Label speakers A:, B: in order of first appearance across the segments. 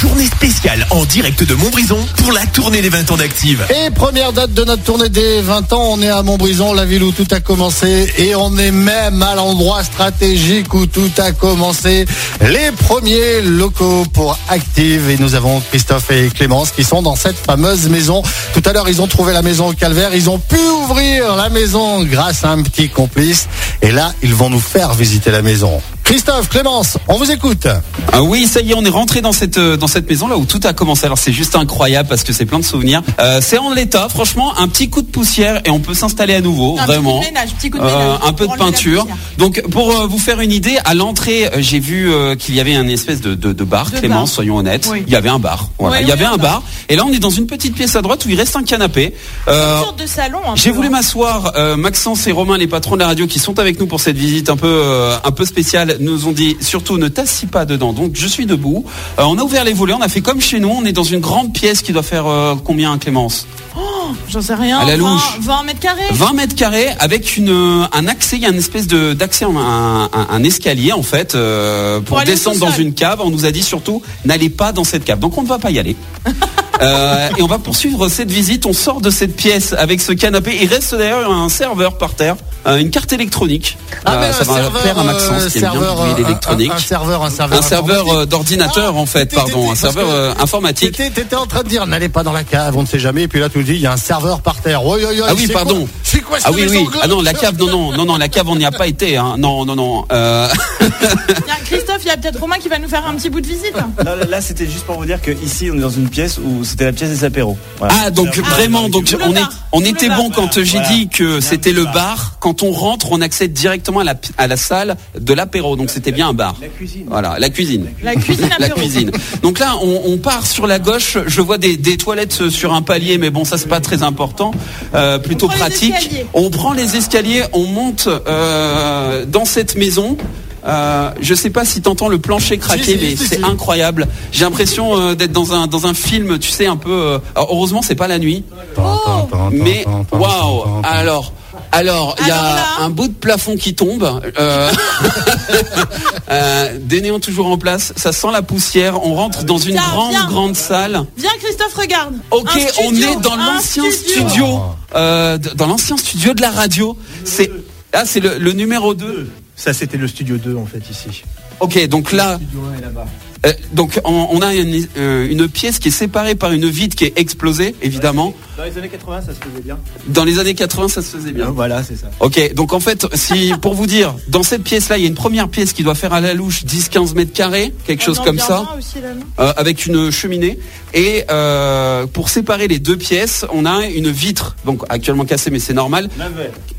A: tournée spéciale en direct de Montbrison pour la tournée des 20 ans d'Active.
B: Et première date de notre tournée des 20 ans, on est à Montbrison, la ville où tout a commencé. Et on est même à l'endroit stratégique où tout a commencé. Les premiers locaux pour Active. Et nous avons Christophe et Clémence qui sont dans cette fameuse maison. Tout à l'heure, ils ont trouvé la maison au calvaire. Ils ont pu ouvrir la maison grâce à un petit complice. Et là, ils vont nous faire visiter la maison. Christophe, Clémence, on vous écoute.
C: Ah oui, ça y est, on est rentré dans cette euh, dans cette maison là où tout a commencé. Alors c'est juste incroyable parce que c'est plein de souvenirs. Euh, c'est en l'état, franchement, un petit coup de poussière et on peut s'installer à nouveau,
D: Un petit
C: vraiment.
D: coup de ménage, petit coup de
C: Euh,
D: ménage
C: un peu de
D: pour enlever la
C: peinture.
D: poussière.
C: Donc pour euh, vous faire une idée, à l'entrée, euh, j'ai vu euh, qu'il y avait un espèce de, de, de bar,
D: De
C: Clémence,
D: bar.
C: soyons honnêtes.
D: Oui.
C: Il y avait un bar. Voilà.
D: Ouais,
C: il y
D: ouais,
C: avait
D: on
C: un
D: a-
C: bar. Et là, on est dans une petite pièce à droite où il reste un canapé. Euh,
D: Une sorte de salon. un
C: j'ai
D: peu,
C: voulu
D: hein.
C: m'asseoir. euh, Maxence et Romain, les patrons de la radio, qui sont avec nous pour cette visite un peu euh, un peu spéciale, nous ont dit surtout ne t'assis pas dedans. Donc je suis debout. Euh, on a ouvert les volets, on a fait comme chez nous. On est dans une grande pièce qui doit faire euh, combien, Clémence
D: J'en sais rien.
C: À la
D: 20,
C: louche.
D: 20 mètres carrés.
C: 20 mètres carrés avec une euh, un accès, il y a une espèce de d'accès, un, un, un escalier en fait euh, pour,
D: Pour aller au
C: descendre dans
D: sous-sol.
C: une cave. On nous a dit surtout n'allez pas dans cette cave. Donc on ne va pas y aller. Euh, et on va poursuivre cette visite. On sort de cette pièce avec ce canapé. Il reste d'ailleurs un serveur par terre, euh, une carte électronique. Euh,
B: Ah, mais
C: ça va plaire à Maxence qui aime bien bidouiller
B: euh,
C: l'électronique.
B: un- un serveur, un serveur.
C: Un serveur euh,
B: informatique.
C: d'ordinateur
B: Ah,
C: en fait,
B: t'étais-
C: pardon, un
B: parce
C: serveur
B: que
C: euh, informatique.
B: T'étais t'étais en train de dire, n'allez pas dans la cave, on ne sait jamais. Et puis là, tu nous dis, il y a un serveur par terre. Oi, oi, oi,
C: Ah oui,
B: c'est
C: pardon.
B: quoi- C'est quoi
C: Ah
B: cette
C: oui
B: maison
C: oui. Ah non la
B: glauque
C: cave non non non non la cave on n'y a pas été. Hein. Non non non. Euh,
D: Tiens, Christophe, il y a peut-être Romain qui va nous faire un petit bout de visite.
E: Non, là, là, c'était juste pour vous dire que ici on est dans une pièce où c'était la pièce des apéros. Voilà.
C: Ah donc
E: C'est-à-dire que-
C: vraiment donc
D: Sous le
C: on est
D: bar.
C: on
D: Sous le
C: était
D: bar.
C: bon quand euh,
E: Voilà,
C: j'ai
E: voilà.
C: dit que c'était le
E: bar.
C: bar. Quand on rentre, on accède directement à la pi- à la salle de l'apéro. Donc c'était bien un bar. La cuisine. Voilà, la cuisine.
D: La cuisine
C: La
D: apéro.
C: cuisine. Donc là, on, on part sur la gauche. Je vois des, des toilettes sur un palier, mais bon, ça c'est pas très important. Euh, plutôt
D: prend les
C: pratique.
D: escaliers.
C: On prend les escaliers, on monte euh, dans cette maison. Euh, je sais pas si t'entends le plancher craquer,
B: Si, si,
C: mais
B: si,
C: c'est
B: si.
C: incroyable. J'ai l'impression euh, d'être dans un dans un film, tu sais, un peu. euh, alors, heureusement, c'est pas la nuit,
B: Attends, attends, attends,
C: mais
B: attends, attends, attends,
C: waouh. ah,
B: attends.
C: Alors. Alors, il y a
D: Alors là-
C: un bout de plafond qui tombe, euh, euh, des néons toujours en place, ça sent la poussière, on rentre dans une
D: Tiens,
C: grande,
D: viens.
C: grande salle.
D: Viens, Christophe, regarde.
C: Ok,
D: Un studio,
C: on est dans
D: un
C: l'ancien studio, euh, d- dans l'ancien studio de la radio. C'est ah, c'est le, le numéro 2.
F: Ça, c'était le studio 2, en fait, ici.
C: Ok, donc là,
F: Studio 1 est là-bas.
C: euh, donc on, on a une, euh, une pièce qui est séparée par une vitre qui est explosée, évidemment.
F: Dans les années 80, ça se faisait bien.
C: Dans les années 80, ça se faisait bien.
F: Voilà, c'est ça.
C: Ok, donc en fait, si pour vous dire, dans cette pièce-là, il y a une première pièce qui doit faire à la louche 10-15 mètres carrés, quelque chose
D: On en
C: comme
D: vient
C: ça.
D: voir aussi, là, non
C: euh, avec une cheminée. Et euh, pour séparer les deux pièces, on a une vitre, donc actuellement cassée, mais c'est normal.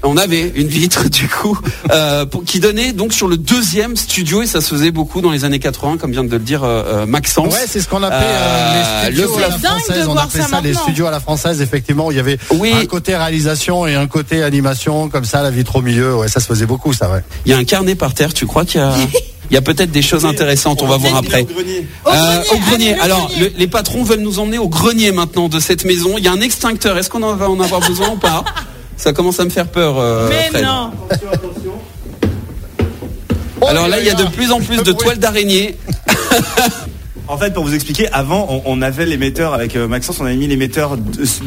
C: On avait une vitre du coup euh, pour- qui donnait donc sur le deuxième studio et ça se faisait beaucoup dans les années 80, comme vient de le dire euh, euh, Maxence.
B: Ouais, c'est ce qu'on appelait
C: Euh,
B: euh, les studios
C: le
B: à la
D: C'est dingue de
B: française. On
D: voir
B: appelait ça,
D: ça
B: les
D: maintenant.
B: studios à la française, effectivement. où Il y avait
C: Oui.
B: un côté réalisation et un côté animation, comme ça, la vitre au milieu. Ouais, ça se faisait beaucoup, ça, ouais.
C: Il y a un carnet par terre. Tu crois qu'il y a, il y a peut-être des choses intéressantes. On va voir après.
D: Au grenier,
C: Euh, au grenier.
D: allez, le
C: Alors,
D: grenier.
C: le- les patrons veulent nous emmener au grenier maintenant de cette maison. Il y a un extincteur. Est-ce qu'on en va en avoir besoin ou pas Ça commence à me faire peur. euh,
D: Mais
C: Fred.
D: non. Oh
C: Alors là, il y a de plus en plus de toiles d'araignée.
E: En fait, pour vous expliquer, avant, on, on avait l'émetteur avec euh, Maxence, on avait mis l'émetteur de-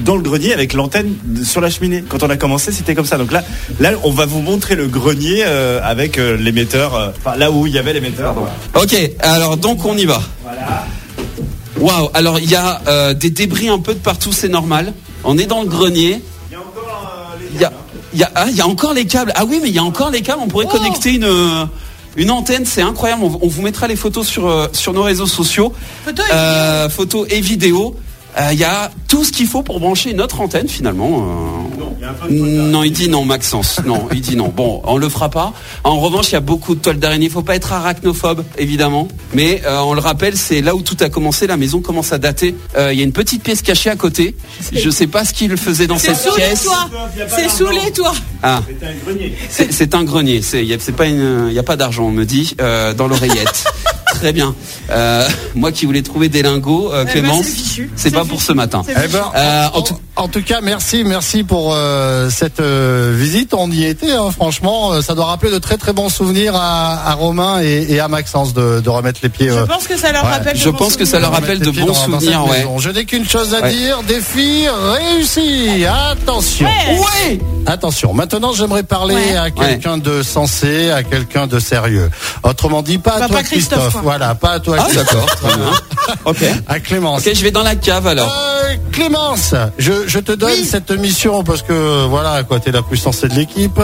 E: dans le grenier avec l'antenne de- sur la cheminée. Quand on a commencé, c'était comme ça. Donc là, là, on va vous montrer le grenier euh, avec euh, l'émetteur, euh, enfin, là où il y avait l'émetteur.
C: Ok, alors donc on y va. Waouh, alors il y a euh, des débris un peu de partout, c'est normal. On est dans le grenier.
E: Il y a encore euh,
C: Il y a, il y a- ah, il y a encore les câbles. Ah oui, mais il y a encore les câbles. On pourrait
D: Oh.
C: connecter une, euh, une antenne, c'est incroyable. On, on vous mettra les photos sur, euh, sur nos réseaux sociaux.
D: Photos et
C: Euh, photos et vidéos. Euh, Il y a tout ce qu'il faut pour brancher une autre antenne finalement. euh,
E: il y a un peu de toile d'araignée.
C: Non, il dit non, Maxence. Non, il dit non. Bon, on le fera pas. En revanche, il y a beaucoup de toiles d'araignée. Il faut pas être arachnophobe, évidemment. Mais euh, on le rappelle, c'est là où tout a commencé. La maison commence à dater. Euh, Il y a une petite pièce cachée à côté. Je sais pas ce qu'il faisait dans
D: C'est
C: cette
D: sous les
C: pièce.
D: toits.
E: Il y a pas
D: C'est
E: d'argent.
D: sous les toits.
C: Ah,
E: C'était un grenier.
C: c'est c'est un grenier. C'est y a- c'est pas une. Il y a pas d'argent, on me dit, euh, dans l'oreillette. Très bien. Euh, moi qui voulais trouver des lingots, euh,
D: ben,
C: Clémence,
D: c'est fichu.
C: c'est
D: C'est
C: pas
D: fichu.
C: pour ce matin.
D: C'est
B: Eh ben,
C: Euh, en tout-
B: En tout cas, merci, merci pour euh, cette euh, visite. On y était, hein, franchement. euh, Ça doit rappeler de très très bons souvenirs à, à Romain et, et à Maxence de, de remettre les pieds.
D: Je
B: euh,
D: pense que ça leur
B: Ouais.
D: rappelle. de
C: Je
D: bons
C: pense que ça
D: souvenirs.
C: leur rappelle
B: remettre
C: de
B: les pieds
C: bons
B: dans- dans cette
C: souvenirs, ouais.
B: maison. Je n'ai qu'une chose à
C: Ouais.
B: dire défi réussi. Attention.
D: Ouais.
C: Ouais
B: Attention, maintenant j'aimerais parler
D: Ouais.
B: à quelqu'un de sensé, à quelqu'un de sérieux. Autrement dit, pas à
D: Bah,
B: toi
D: pas Christophe, quoi.
B: Voilà, pas à toi
C: Ah
B: Christophe.
C: d'accord, très bien. Ok.
B: À Clémence.
C: Ok, je vais dans la cave alors.
B: Euh, Clémence, je, je te donne cette mission parce que voilà, quoi, t'es la plus sensée de l'équipe.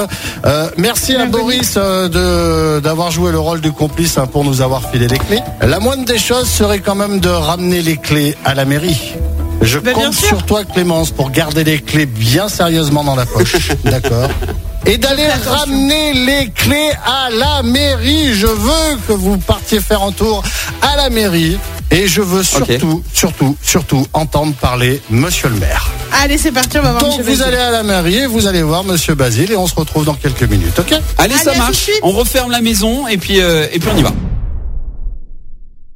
B: Euh, merci à Boris euh, de d'avoir joué le rôle du complice hein, pour nous avoir filé les clés. La moindre des choses serait quand même de ramener les clés à la mairie. Je
D: Bah, bien
B: compte
D: sûr.
B: sur toi, Clémence, pour garder les clés bien sérieusement dans la poche. D'accord et d'aller ramener les clés à la mairie. Je veux que vous partiez faire un tour à la mairie. Et je veux surtout, surtout, surtout entendre parler Monsieur le maire.
D: Allez, c'est parti, on va voir.
B: Donc
D: monsieur
B: vous
D: Basile.
B: allez à la mairie et vous allez voir Monsieur Basile et on se retrouve dans quelques minutes, ok
C: Allez,
D: Allez, à
C: ça
D: tout de
C: marche.
D: suite.
C: On referme la maison et puis, euh, et puis on y va.